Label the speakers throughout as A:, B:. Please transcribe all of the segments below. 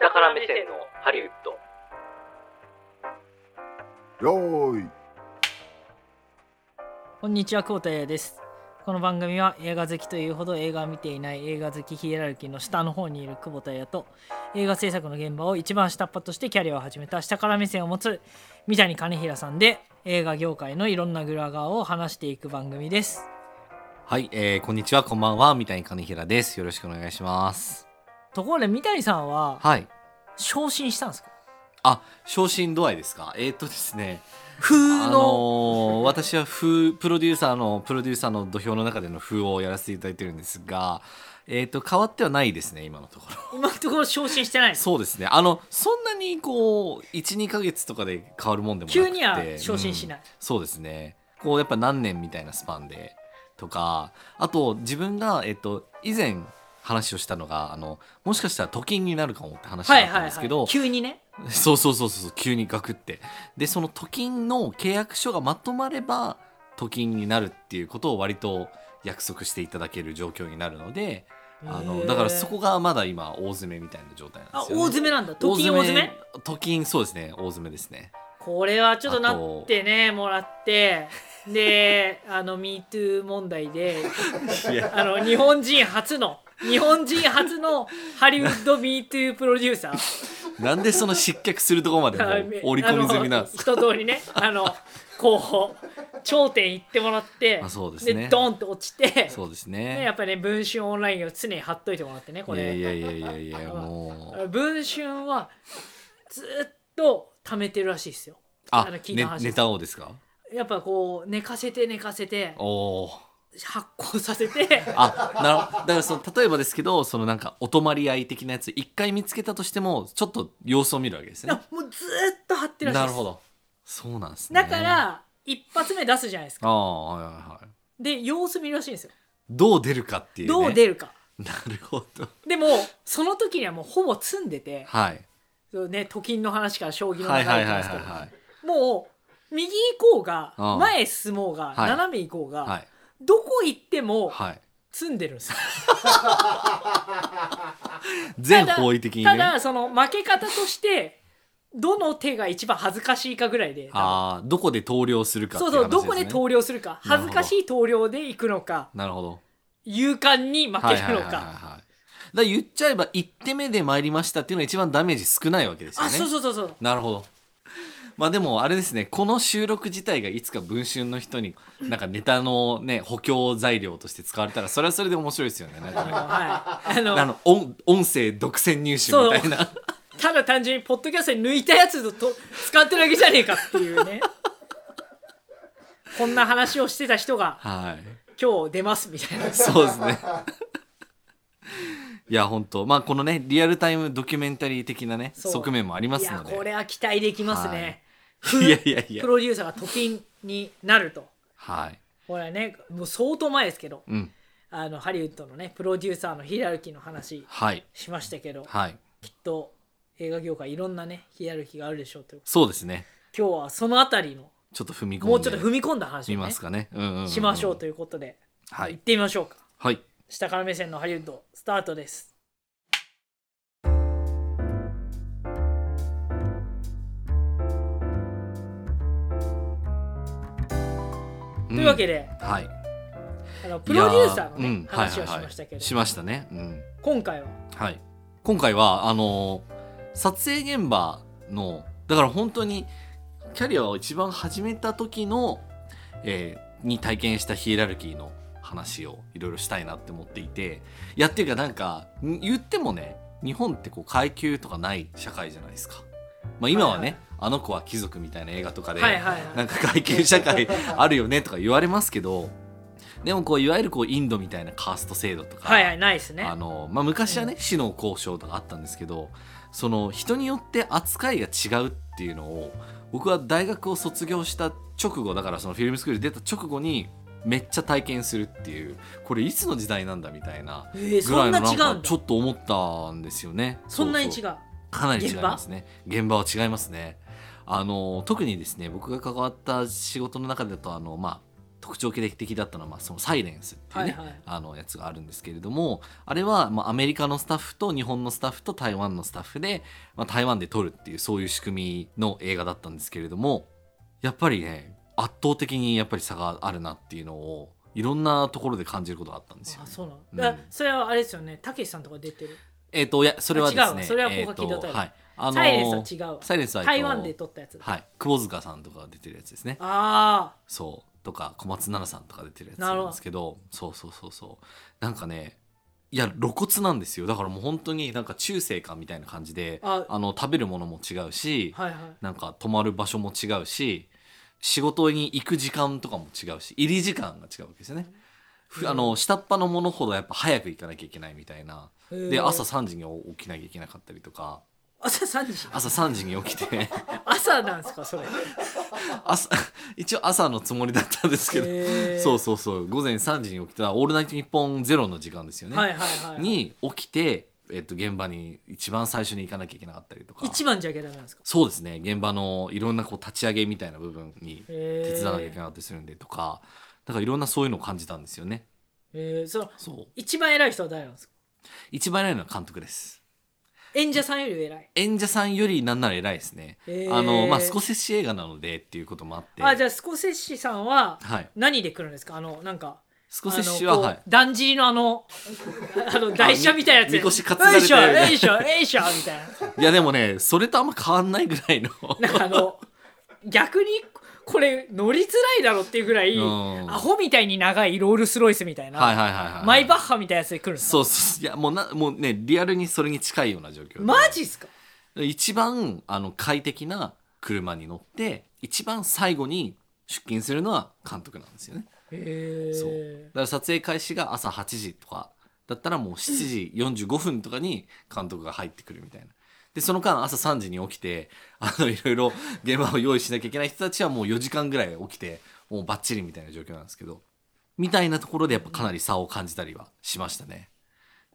A: 下から目線のハリウッド
B: よーい
C: こんにちは、コウタヤです。この番組は映画好きというほど映画を見ていない映画好きヒエラルキーの下の方にいる久保田ヤと映画制作の現場を一番下っ端としてキャリアを始めた下から目線を持つ三谷兼平さんで映画業界のいろんな裏側を話していく番組です。
D: はい、えー、こんにちは、こんばんは、三谷金平です。よろしくお願いします。
C: ところで三谷さんは
D: はい。
C: 昇進したんですか
D: あ、昇進度合いですかえーっとですね、
C: 風
D: あの
C: の、
D: ー私は風、プロデューサーの、プロデューサーの土俵の中での風をやらせていただいてるんですが、えーっと、変わってはないですね、今のと ころ。
C: 今のところ昇進してないです。
D: そうですね、あの、そんなにこう、1、2ヶ月とかで変わるもんでもなくて
C: 急には昇進しない。
D: そうですねこうやっぱ何年みたいなスパンでとかあと自分が、えっと、以前話をしたのがあのもしかしたら都金になるかもって話
C: は
D: だ
C: い
D: っ
C: は
D: た
C: い
D: ん
C: は
D: ですけど、
C: い。急にね。
D: そうそうそうそう急にガクってでその都金の契約書がまとまれば都金になるっていうことを割と約束していただける状況になるのであ
C: へ
D: の
C: ー
D: だからそこがまだ今大詰めみたいな状態なん
C: あ、大
D: ですよ、ね、
C: 詰めなんだ。時計大詰め
D: 都金そうですね大詰めですね
C: これはちょっとなってねもらってであの MeToo 問題で
D: いや
C: あの日本人初の日本人初のハリウッド MeToo プロデューサー
D: なんでその失脚するとこまでもう織り込み済みなんですか
C: あの一通りねあの候補頂点行ってもらって
D: あそうですね
C: ドンと落ちて
D: そうです
C: ねや
D: ね
C: っぱりね「文春オンライン」を常に貼っといてもらってねこ
D: い
C: れ
D: やいやいやいやいや
C: あの
D: も
C: あ
D: う
C: の文春はずっと貯めてるらしいですよ
D: あ
C: あの聞いた
D: ね
C: 話です
D: ネタをですか
C: やっぱこう寝かせて寝かせて
D: おお
C: 発行さ せて
D: あなるほどだからその例えばですけどそのなんかお泊まり合い的なやつ一回見つけたとしてもちょっと様子を見るわけです
C: いや
D: ね
C: もうずーっと貼ってらっしゃ
D: な
C: る
D: るほどそうなんですね
C: だから一発目出すじゃないですか
D: ああはいはいはい
C: で様子見るらしいんですよ
D: どう出るかっていうね
C: どう出るか
D: なるほど
C: でもその時にはもうほぼ詰んでて
D: はい
C: そうねと金の話から将棋の
D: はいは
C: 話
D: いはいはい
C: か
D: は
C: らもう右行こうが
D: うん
C: 前進もうが
D: はい
C: 斜め行こう
D: いは
C: が
D: い
C: どこ行っても
D: はい
C: 詰んでるんですよ
D: 全方位的にね
C: ただその負け方としてどの手が一番恥ずかしいかぐらいで
D: ああどこで投了するかって
C: そ
D: いうう話です
C: そう
D: ね
C: どこで投了するか恥ずかしい投了で行くのか
D: なるほど
C: 勇敢に負け
D: はい
C: るの
D: はいはいはいはい
C: か。
D: だから言っちゃえば1手目で参りましたっていうのが一番ダメージ少ないわけですよ
C: あ、
D: ね
C: そうそうそうそう。
D: なるほどまあでもあれですねこの収録自体がいつか文春の人になんかネタのね補強材料として使われたらそれはそれで面白いですよねなんか
C: は
D: ね
C: い。あ
D: あ
C: の、
D: の音音声独占入手みたいな
C: ただ単純にポッドキャストに抜いたやつと使ってるだけじゃねえかっていうね。こんな話をしてた人が
D: はい
C: 今日出ますみたいな。
D: そうですね いや本当まあこのねリアルタイムドキュメンタリー的なね
C: そう
D: 側面もありま
C: い
D: す
C: や、
D: ので
C: これは期待できますね。
D: いやいやいや
C: プロデューサーが都金になると。
D: はい
C: これはね、もう相当前ですけど、
D: うん
C: あの、ハリウッドのね、プロデューサーのヒエラルキーの話
D: はい
C: しましたけど、
D: はい
C: きっと映画業界いろんなね、ヒエラルキーがあるでしょうという。
D: そうですね
C: 今日はそのあたりの
D: ちょっと踏み込んで
C: もうちょっと踏み込んだ話
D: み
C: を、ね
D: ますかね、うんうんんん
C: しましょうということで、
D: は
C: 行
D: い
C: ってみましょうか
D: はい
C: 下から目線のハリウッドスタートです
D: と
C: というわけで、
D: はい
C: あのプロデューサーの、
D: い
C: ね
D: やうん
C: 話を
D: はい
C: し
D: はいは
C: ま
D: い
C: したけど、
D: しましたねうん
C: 今回は
D: はい今回はあのー撮影現場のだから本当にキャリアを一番始めた時の、えーに体験したヒエラルキーの話をいろいろしたいなって思っていていやっていうかなんかん言ってもね日本ってこう階級とかない社会じゃないですか。まあ、今はね、
C: はいはい
D: あの子は貴族みたいな映画とかで、
C: はいはいは
D: ないんか階級社会あるよねとか言われますけどでもこういわゆるこうインドみたいなカースト制度とか、
C: はいはいないですね
D: あのまあ、昔はね、死の交渉とかあったんですけどその人によって扱いが違うっていうのを僕は大学を卒業した直後だからそのフィルムスクール出た直後にめっちゃ体験するっていうこれいつの時代なんだみたいな
C: えー
D: ぐ
C: そ
D: ら
C: ん
D: い
C: な
D: の
C: 違
D: な
C: うんんだ
D: かちょっと思ったんですよね。
C: そんなに違う
D: ううかなり違いますね現場は違いますねあの特にですね僕が関わった仕事の中だとあのまあ特徴的だったのは、まあ、そのサイレンスっていうね、
C: はいはい
D: あのやつがあるんですけれどもあれは、まあ、アメリカのスタッフと日本のスタッフと台湾のスタッフで、まあ、台湾で撮るっていうそういう仕組みの映画だったんですけれどもやっぱりね圧倒的にやっぱり差があるなっていうのをいろんなところで感じることがあったんですよ
C: あ。そうなの、だから
D: うん
C: それはあれですよねたけしさんとか出てる
D: えっ、といやそれはです
C: あ違う
D: ね
C: わそれは
D: え
C: 僕が
D: ーと
C: 聞いたことある
D: はいあのー
C: サイレンスは違うわ
D: サイレンスはえっと
C: 台湾で撮ったやつだ、
D: はい、窪塚さんとかが出てるやつですね。
C: ああ
D: そうとか小松菜奈さんとか出てるやつ
C: なるほ
D: な
C: ど
D: んですけどそうそうそうそうなんかねいや露骨なんですよだからもう本当になんか中世感みたいな感じで
C: あ
D: あの食べるものも違うし、
C: はいはい
D: なんか泊まる場所も違うし仕事に行く時間とかも違うし入り時間が違うわけですよね。ふ
C: うん
D: あの下っ端のものほどやっぱ早く行かなきゃいけないみたいな
C: へ
D: で
C: ー
D: 朝3時に起きなきゃいけなかったりとか
C: 朝3時
D: 朝3時に起きて
C: 朝なんですかそれ
D: 朝一応朝のつもりだったんですけど
C: へー
D: そうそうそう午前3時に起きた「オールナイトニッポンゼロの時間ですよね、
C: はいはいはい
D: に起きて、えっと、現場に一番最初に行かなきゃいけなかったりとか
C: 一番じゃダメなんですか
D: そうですね現場のいろんなこう立ち上げみたいな部分に手
C: 手
D: 伝わなきゃいけなかったりするんでとか、だからいろんなそういうのを感じたんですよね。
C: えー、その
D: そう
C: 一番偉い人は誰なんですか
D: 一番偉いのは監督です
C: 演者さんより偉い
D: 演者さんよりなんなら偉いですね、
C: へー
D: あのまあスコセッシ映画なのでっていうこともあって
C: あじゃあスコセッシさんは
D: はい
C: 何で来るんですかあのなんか
D: スコセッシは
C: あのこう
D: はい
C: だんじりのあのあの台車みたいなやつ
D: みみこし担がれて
C: よい
D: る
C: しょよいしょよいしょみたい
D: いやでもねそれとあんま変わんないぐらいの
C: ななんかあの逆にこれ乗りづらいだろっていうぐらい
D: うん
C: アホみたいに長いロールスロイスみたいな、
D: はいはいはいはい
C: マイバッハみたいなやつで来るんですか
D: そうそういやもうなもうねリアルにそれに近いような状況で
C: マジっすか
D: 一番あの快適な車に乗って一番最後に出勤するのは監督なんですよね
C: へえ
D: そうだから撮影開始が朝8時とかだったらもう7時45分とかに監督が入ってくるみたいなでその間朝3時に起きてあのいろいろ現場を用意しなきゃいけない人たちはもう4時間ぐらい起きてもうバッチリみたいな状況なんですけどみたいなところでやっぱかなり差を感じたりはしましたね。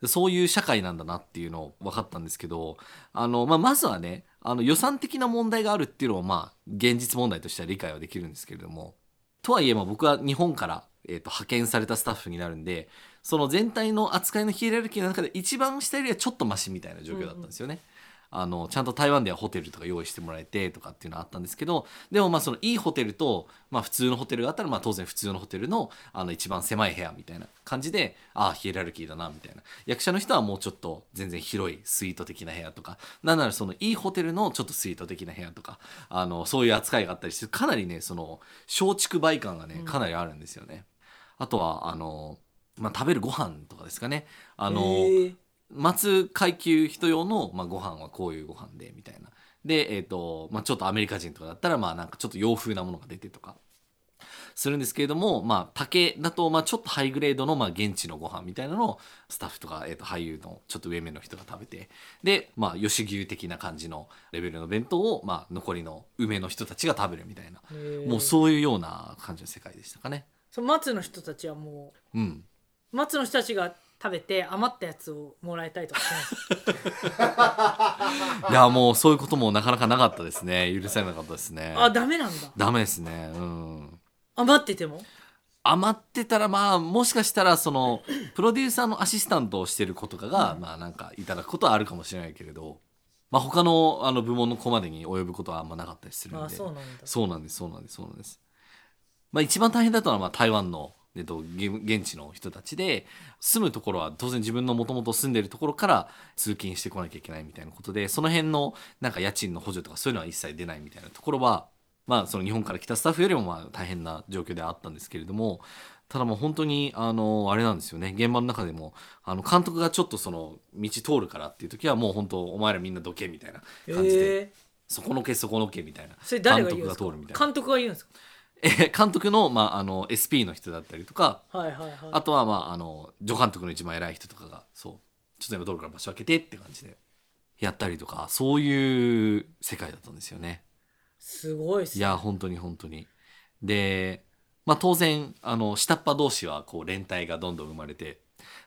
D: でそういう社会なんだなっていうのを分かったんですけどあの、まあ、まずはねあの予算的な問題があるっていうのをまあ現実問題としては理解はできるんですけれどもとはいえまあ僕は日本から、えー、と派遣されたスタッフになるんでその全体の扱いのヒエラルキーの中で一番下よりはちょっとマシみたいな状況だったんですよね。あのちゃんと台湾ではホテルとか用意してもらえてとかっていうのはあったんですけどでもまあそのいいホテルと、まあ、普通のホテルがあったらまあ当然普通のホテルのあの一番狭い部屋みたいな感じでああヒエラルキーだなみたいな役者の人はもうちょっと全然広いスイート的な部屋とかなんならそのいいホテルのちょっとスイート的な部屋とかあのそういう扱いがあったりしてかなりねその松竹梅感がねかなりあるんですよね。あとはあの、まあ、食べるご飯とかですかね。あの
C: へー
D: 待つ階級人用の、まあ、ご飯はこういうご飯でみたいなで、えーとまあ、ちょっとアメリカ人とかだったらまあなんかちょっと洋風なものが出てとかするんですけれども、まあ、竹だとまあちょっとハイグレードのまあ現地のご飯みたいなのをスタッフとか、えー、と俳優のちょっと上目の人が食べてで、まあ、吉牛的な感じのレベルの弁当を、まあ、残りの梅の人たちが食べるみたいな
C: へー
D: もうそういうような感じの世界でしたかね。
C: その松の人たちはも
D: うん、
C: う松の人たちが食べて余ったやつをもらいたいとかしないんですか
D: いやもうそういうこともなかなかなかったですね許されなかったですね。
C: あダメなんだ
D: ダメですね。うん。
C: 余ってても
D: 余ってたらまあもしかしたらそのプロデューサーのアシスタントをしてる子とかが、まあなんかいただくことはあるかもしれないけれど、まあ他のあの部門の子までに及ぶことはあんまなかったりするんで。
C: あそうなんだ
D: そうなんですそうなんですそうなんです。まあ一番大変だったのはまあ台湾のえっと、げ現地の人たちで住むところは当然自分のもともと住んでるところから通勤してこなきゃいけないみたいなことでその辺のなんか家賃の補助とかそういうのは一切出ないみたいなところは、まあ、その日本から来たスタッフよりもまあ大変な状況ではあったんですけれどもただもう本当にあのあれなんですよね現場の中でもあの監督がちょっとその道通るからっていう時はもう本当お前らみんなどけみたいな
C: え
D: 感じで、
C: ー
D: そこのけそこのけみたいな
C: それ誰が言うんで
D: 監
C: すか
D: 督が通るみたいな
C: 監督が言うんですか
D: え監督の,、まあ、あの SP の人だったりとか
C: はいはいはい
D: あとは、まあ、あの助監督の一番偉い人とかがそうちょっと今ドルから場所開けてって感じでやったりとかそういう世界だったんですよね。
C: すごいっす
D: い
C: ね
D: や本当に本当に。で、まあ、当然あの下っ端同士はこう連帯がどんどん生まれて、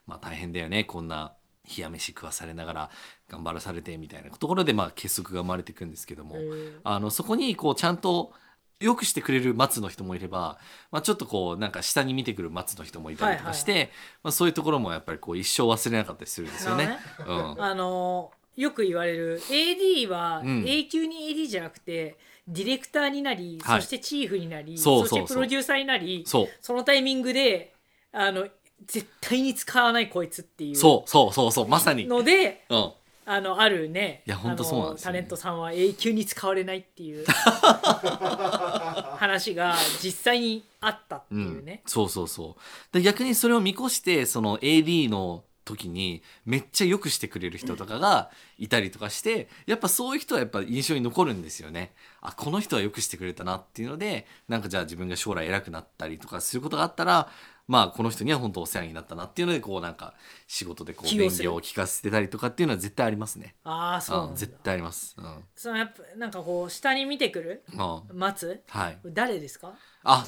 D: まあ、大変だよねこんな冷や飯食わされながら頑張らされてみたいなところで、まあ、結束が生まれていくんですけども。
C: えー
D: あのそこにこうちゃんとよくしてくれる松の人もいれば、まあ、ちょっとこうなんか下に見てくる松の人もいたりとかして、まあ、そういうところもやっぱりこう一生忘れなかったりするんですよね。うん、
C: あのーよく言われる AD は
D: うん
C: 永久に AD じゃなくて、ディレクターになり、
D: はい
C: そしてチーフになり
D: そうそうそう
C: してプロデューサーになり
D: そう
C: そのタイミングであの絶対に使わないこいつっていう
D: そうそうそうそうまさに、うん、
C: ので
D: そ
C: あのあるね
D: いやほんとそうなんです
C: タ
D: よね
C: レントさんは永久に使われないっていう 話が実際にあったって
D: う
C: いうんね、、
D: そうそうそうで逆にそれを見越してその AD の時にめっちゃよくしてくれる人とかがいたりとかしてやっぱそういう人はやっぱ印象に残るんですよねあこの人はよくしてくれたなっていうのでなんかじゃあ自分が将来偉くなったりとかすることがあったらまあこの人には本当お世話になったなっていうのでこうなんか仕事でこう
C: 起用
D: 勉
C: する
D: 強を聞かせてたりとかっていうのは絶対ありますね
C: ああそうなん
D: ん
C: だ
D: 絶対ありますうん
C: そのやっぱなんかこう下に見てくる
D: あ
C: 松
D: はい
C: 誰ですか
D: あ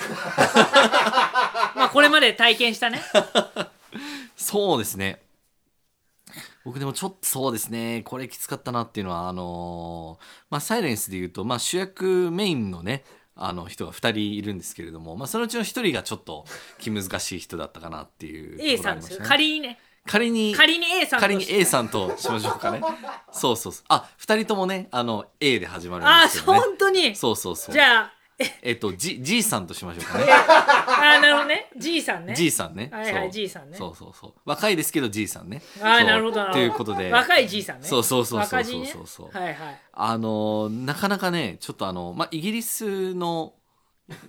C: まあこれまで体験 したね
D: そうですね。僕でもちょっとそうですね、これきつかったなっていうのは、あのーまあ、サイレンスで言うと、まあ、主役メインのね、あの人が2人いるんですけれども、まあ、そのうちの1人がちょっと気難しい人だったかなっていうとこ
C: A
D: ろが
C: さ
D: あ
C: ん
D: り
C: で
D: ます
C: よ
D: したね。
C: 仮にね
D: 仮に
C: 仮に A さんと
D: 仮に A さんとしましょうかね。 そうそうそう。あ、2人ともね、あの A で始まる
C: あ
D: ん
C: あ
D: ですけどね。
C: 本当に
D: そうそうそう。
C: じゃあ
D: えっと、G, G さんとしましょうかね。
C: あーなるほどね G さんね
D: G さんね。
C: はいはい
D: そう
C: G さんね
D: そうそうそう。若いですけど G さんね。
C: あ
D: そ
C: あ
D: う
C: なるほどなるほど
D: ということで。
C: 若い G さんね
D: そうそうそうそう
C: 若 G
D: そう
C: ね
D: そうそう。
C: はいはい
D: あのーなかなかねちょっとあのまあイギリスの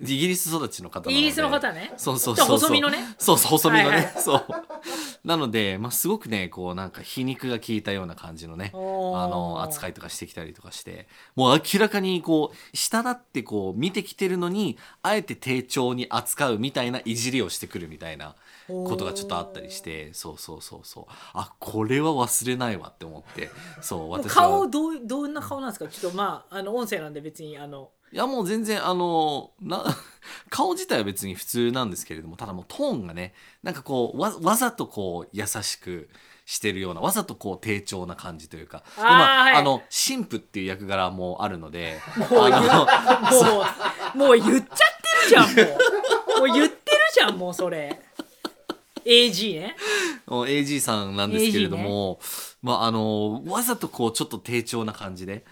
D: イギリス育ちの方なので
C: イギリスの方ね
D: そうそうそうそう
C: 細身のね
D: そうそう細身のね、
C: はいはい
D: そうなのでまあすごくねこうなんか皮肉が効いたような感じのねあ
C: おー
D: の扱いとかしてきたりとかしてもう明らかにこう下だってこう見てきてるのにあえて丁重に扱うみたいないじりをしてくるみたいなことがちょっとあったりしてそうそうそうそうあこれは忘れないわって思ってそう
C: もう
D: 私は
C: 顔どうどんな顔なんですかちょっとまああの音声なんで別にあの
D: いやもう全然あのな 顔自体は別に普通なんですけれどもただもうトーンがねなんかこうわわざとこう優しくしてるようなわざとこう低調な感じというか
C: あー
D: 今
C: はい
D: あの神父っていう役柄もあるので
C: もう言
D: あ
C: うもうもう言っちゃってるじゃんもうもう言ってるじゃんもうそれ AG ね
D: の AG さんなんですけれども、まああのわざとこうちょっと低調な感じで。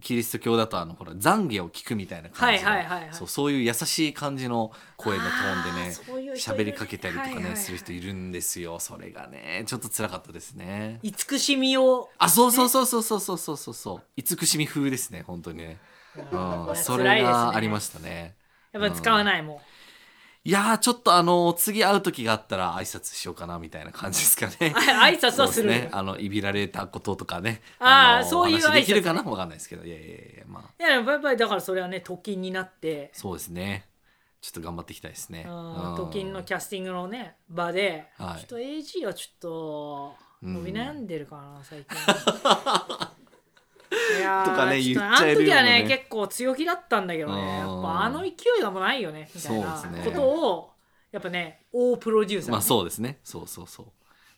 D: キリスト教だとあのほら懺悔を聞くみたいな感じの
C: はいはいはいはい
D: そうそういう優しい感じの声のトーンで
C: あー
D: ね
C: そういう人いる
D: 喋りかけたりとか
C: はい
D: ね、
C: はいはい
D: する人いるんですよそれがねちょっと辛かったですね
C: 慈しみを
D: あそうそうそうそうそうそうそうそうそう慈しみ風ですね本当にね、うん、そ
C: 辛いです
D: れ
C: ね
D: がありましたね
C: やっぱ使わないもん
D: いやーちょっとあの次会う時があったら挨拶しようかなみたいな感じですかね
C: あ挨拶
D: そ
C: は
D: うですす
C: る
D: ねあのいびられたこととかね
C: あー
D: の
C: そういう
D: お話できる
C: 挨拶
D: かなわかんないですけどいやいやいやま
C: い
D: あ
C: ややっぱりだからそれはね都金になって
D: そうですねちょっと頑張っていきたいですね
C: うん都金の
D: ャ
C: キャスティングのね場で、
D: はい
C: ちょっと AG はちょっと
D: うん
C: 伸び悩んでるかな、最 近いやー
D: とかね
C: ちょっ
D: 言っちゃえるような
C: あの時はね
D: ね
C: 結構強気だったんだけどねやっ
D: うん
C: ぱあの勢いがもうないよねみたいな
D: そうですね
C: ことを、やっぱね大プロデューサー、
D: まあそうですねそうそうそう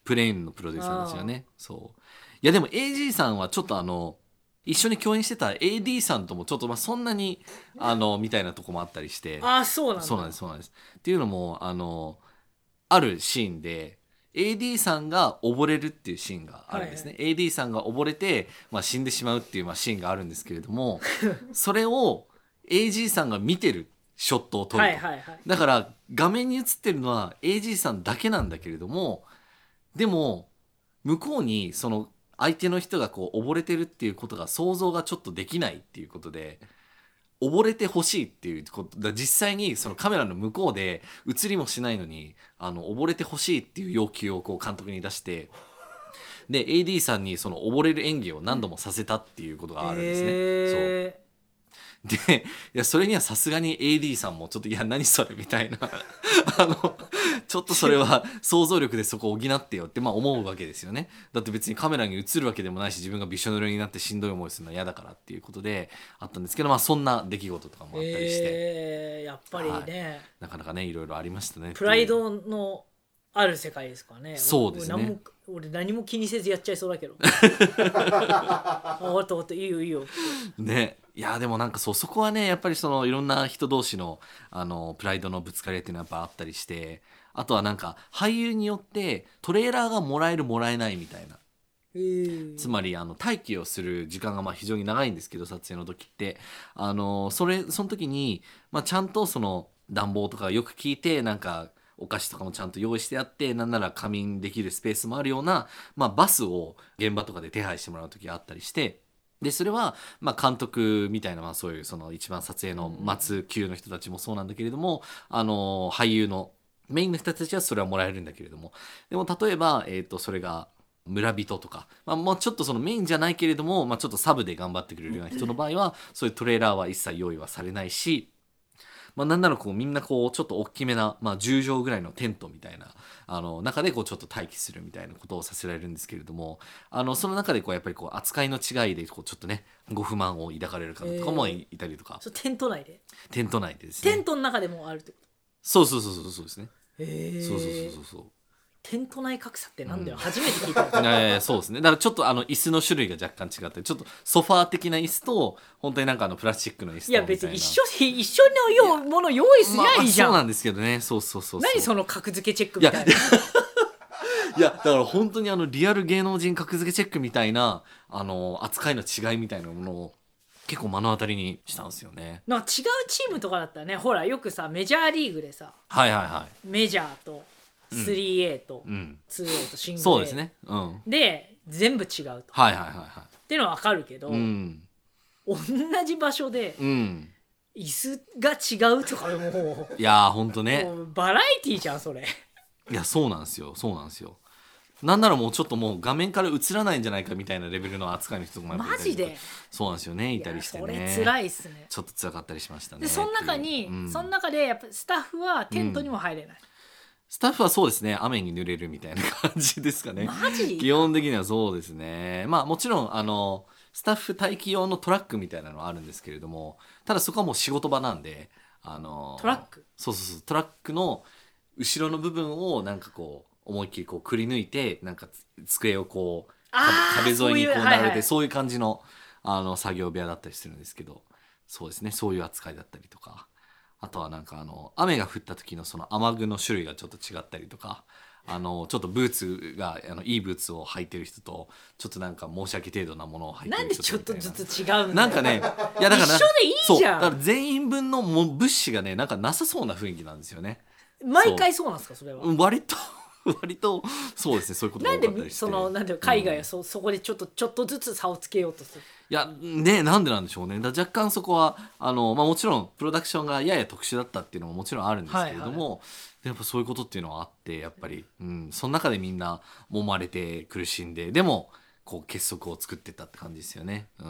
D: プレーンのプロデューサーですよねそういやでも AG さんはちょっとあの一緒に共演してた AD さんともちょっとまあそんなにあのみたいなとこもあったりして
C: ああそうなんだ
D: そうなんですそうなんですっていうのもあのあるシーンで AD さんが溺れるっていうシーンがあるんですね、AD さんが溺れて、まあ、死んでしまうっていう、まあ、シーンがあるんですけれど もそれを AG さんが見てるショットを撮る
C: は
D: と、
C: いはいはい
D: だから画面に映ってるのは AG さんだけなんだけれどもでも向こうにその相手の人がこう溺れてるっていうことが想像がちょっとできないっていうことで溺れてほしいっていうことだ実際にそのカメラの向こうで映りもしないのにあの溺れてほしいっていう要求をこう監督に出してで AD さんにその溺れる演技を何度もさせたっていうことがあるんですね。そう
C: え
D: でいやそれにはさすがに AD さんもちょっと「いや何それ」みたいな あのちょっとそれは想像力でそこを補ってよって、まあ、思うわけですよねだって別にカメラに映るわけでもないし自分がびしょ濡れになってしんどい思いするのは嫌だからっていうことであったんですけど、まあ、そんな出来事とかもあったりして、
C: えーやっぱりね、
D: なかなかねいろいろありましたね
C: プライドのある世界ですからね
D: そうですね
C: 俺何も俺何も気にせずやっちゃいそうだけ どあ終わった終わったいいよいいよ
D: ねいやでもなんかそうそこはねやっぱりそのいろんな人同士のあのプライドのぶつかり合いっていうのはやっぱあったりしてあとはなんか俳優によってトレーラーがもらえるもらえないみたいな
C: へー
D: つまりあの待機をする時間がまあ非常に長いんですけど撮影の時ってあのそれその時に、まあ、ちゃんとその暖房とかよく聞いてなんかお菓子とかもちゃんと用意してあってなんなら仮眠できるスペースもあるような、まあ、バスを現場とかで手配してもらう時があったりして。でそれはまあ監督みたいなまあそういうその一番撮影の待つ級の人たちもそうなんだけれどもあの俳優のメインの人たちはそれはもらえるんだけれどもでも例えば、えー、とそれが村人とか、まあ、もうちょっとそのメインじゃないけれども、まあ、ちょっとサブで頑張ってくれるような人の場合はそういうトレーラーは一切用意はされないし、まあ、なんならこうみんなこうちょっと大きめな、まあ、10畳ぐらいのテントみたいなあの中でこうちょっと待機するみたいなことをさせられるんですけれどもあのその中でこうやっぱりこう扱いの違いでこうちょっとねご不満を抱かれる方とかもいいたりとか、
C: そうテント内で
D: テント内でです
C: テン
D: ね
C: トの中でもあるってこ
D: そうそうそうそうそうですね、
C: とへえ
D: そうそうそうそうそう
C: テント内格差ってなんだよ、
D: うん
C: 初めて聞いた
D: えー そうですねだからちょっとあの椅子の種類が若干違ってちょっとソファー的な椅子と本当になんかあのプラスチックの椅子と
C: い
D: みた
C: や
D: いな
C: 別に一緒に一緒のようもの用意すり
D: まあ
C: ゃいいじゃん、
D: そうなんですけどねそうそうそう
C: 何そ
D: の
C: の格付けチェックみたいない
D: やいやだから本当にあのリアル芸能人格付けチェックみたいなあの扱いの違いみたいなものを結構目の当たりにしたんですよね
C: なんか違うチームとかだったらねほらよくさメジャーリーグでさ
D: はいはいは
C: メジャーと 3A と
D: いうん
C: 2A とシングル A
D: そうですねうんはい
C: で全部違うとっ
D: はいはいは
C: ていうのは分かるけど、
D: いうん
C: 同じ場所で
D: うん
C: 椅子が違うとかも
D: いやー本当
C: う
D: ね
C: もうバラエティーじゃんそれ
D: いやそうなんですよそうなんですよなんならもうちょっともう画面から映らないんじゃないかみたいなレベルの扱いの人もやっぱいた
C: マ
D: りと
C: ジ
D: か
C: で
D: そうなんですよねいたりして
C: いや
D: ね
C: それ辛いっすね
D: ちょっと辛かったりしましたね
C: でその中に、
D: うん
C: その中でやっぱスタッフはテントにも入れない、
D: スタッフはそうですね雨に濡れるみたいな感じですかね
C: マジ
D: 基本的にはそうですねまあもちろんあのスタッフ待機用のトラックみたいなのはあるんですけれどもただそこはもう仕事場なんであの
C: トラック
D: そうそうそうトラックの後ろの部分をなんかこう思いっきりこうくり抜いてなんか机をこう
C: あー
D: 壁沿いにこう
C: そういうはい
D: 並べ
C: はい
D: てそういう感じのあの作業部屋だったりするんですけどそうですねそういう扱いだったりとかあとはなんかあの雨が降った時のその雨具の種類がちょっと違ったりとかあのちょっとブーツがあのいいブーツを履いてる人とちょっとなんか申し訳程度なものを履いて
C: なん
D: る
C: で
D: 人
C: ちょっと
D: みたい
C: ず
D: な
C: つ違うんだ
D: なんかねいやだからな
C: 一緒でいい
D: そう
C: じゃ
D: だ
C: ん
D: から全員分のも物資がねなんかなさそうな雰囲気なんですよね
C: 毎回そうなんですかそれは、
D: うん割と割とそうですねそういうことが
C: な
D: 多
C: ん
D: かったりして
C: でそのなんていうか海外はそ,、そこでちょっとちょっとずつ差をつけようとする
D: いやねなんでなんでしょうねだ若干そこはあの、まあ、もちろんプロダクションがやや特殊だったっていうのももちろんあるんですけれども、やっぱそういうことっていうのはあってやっぱり、うん、その中でみんな揉まれて苦しんででもこう結束を作ってったって感じですよね。うん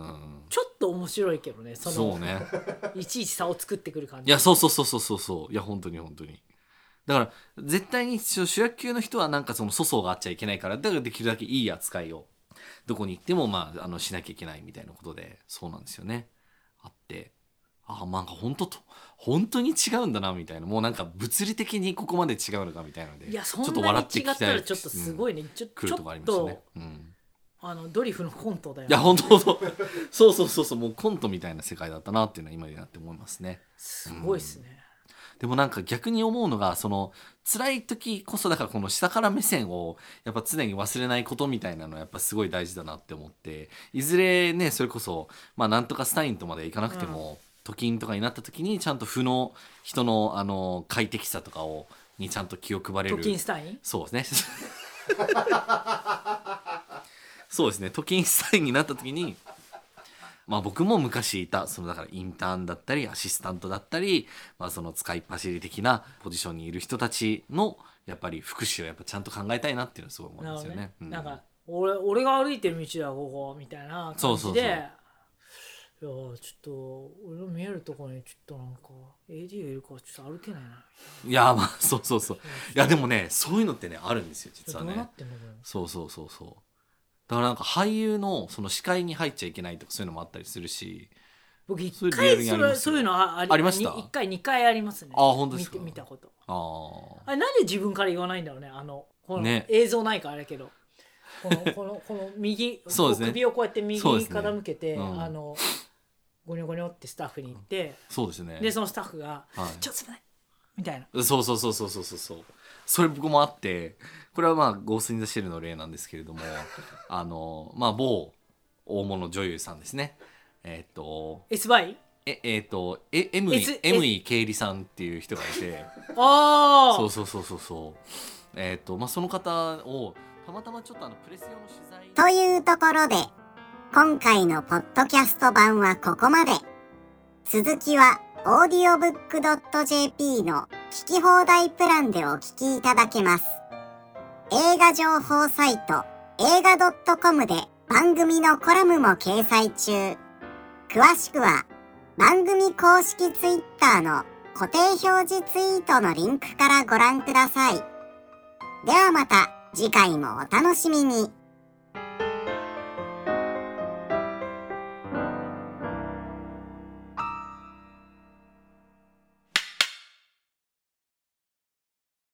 C: ちょっと面白いけどねそ
D: そう
C: の
D: ね。
C: いちいち差を作ってくる感
D: い
C: じ
D: や、そうそうそうそうそうそう。いや、本当に本当に。だから、絶対に主主役級の人はなんかその粗相があっちゃいけないから、だからできるだけいい扱いを、どこに行っても、まあ、あの、しなきゃいけないみたいなことで、そうなんですよね。あって、ああ、なんか本当と、本当に違うんだな、みたいな。もうなんか物理的にここまで違うのか、みたいなので。
C: いやそんなに違ったらちょっとすご
D: い、
C: いね、ちょ
D: うん来
C: ち
D: る
C: ょ
D: とこあり
C: っ
D: ましたね
C: と。
D: うん。
C: あのドリフのコントだよ
D: いや、本当本当そうそうそうそう、もうコントみたいな世界だったな、っていうのは今になって思いますね。
C: すごいっすね、
D: でもなんか逆に思うのがその辛い時こそだからこの下から目線をやっぱ常に忘れないことみたいなのはやっぱすごい大事だなって思っていずれねそれこそまあなんとかスタインとまでいかなくても、トキンとかになった時にちゃんと負の人のあの快適さとかをにちゃんと気を配れ
C: ト
D: る
C: キンスタイン
D: そうですね そうですねトキンスタインになった時にまあ僕も昔いたそのだからインターンだったりアシスタントだったり、まあ、その使いっ走り的なポジションにいる人たちのやっぱり福祉をやっぱちゃんと考えたいなっていうのはすごい思い
C: なる
D: ま
C: ほ
D: す
C: ど
D: よ
C: ね
D: ね。うん
C: なんか俺俺が歩いてる道だここみたいな感じで
D: そうそうそう
C: いやーちょっと俺の見えるところにちょっとなんか AD がいるからちょっと歩けないない
D: やまあそうそうそういやでもねそういうのってねあるんですよ実
C: ど
D: は
C: う
D: ね。
C: なってんのこれ
D: そうそうそうそうだからなんか俳優のその視界に入っちゃいけないとかそういうのもあったりするし
C: 僕一
D: れ
C: 回
D: リア
C: そ
D: ル
C: れ
D: にあります
C: そういうのはあ
D: ありました
C: に一回二回ありますね
D: あ本当ですか
C: 見て見たこと
D: あ
C: あ
D: あ
C: れなんで自分から言わないんだろうねあのこの、
D: ね
C: 映像ないからあれだけどこの このこの右
D: そうですね
C: 首をこうやって右
D: そう
C: に
D: ですね
C: 傾けて、
D: うん
C: あのゴニョゴニョってスタッフに行って、
D: そうですね
C: でそのスタッフが
D: はい
C: 「ちょっとすみません」みたいな
D: そうそうそうそうそうそうそうそれ僕もあってこれはまあ「ゴースト・イン・ザ・シェル」の例なんですけれども あのまあ某大物女優さんですねえーっと
C: S バイ
D: ええーっとえ M
C: えつ
D: 井
C: え
D: エイケイリさんっていう人がいて
C: あ
D: そう
C: あ
D: そうそうそうそうえーっとまあその方をたまたまちょっとあのプレス用の取材
B: というところで、今回のポッドキャスト版はここまで。続きは audiobook.jp の聞き放題プランでお聞きいただけます。映画情報サイト映画 .com で番組のコラムも掲載中。詳しくは番組公式ツイッターの固定表示ツイートのリンクからご覧ください。ではまた次回もお楽しみに。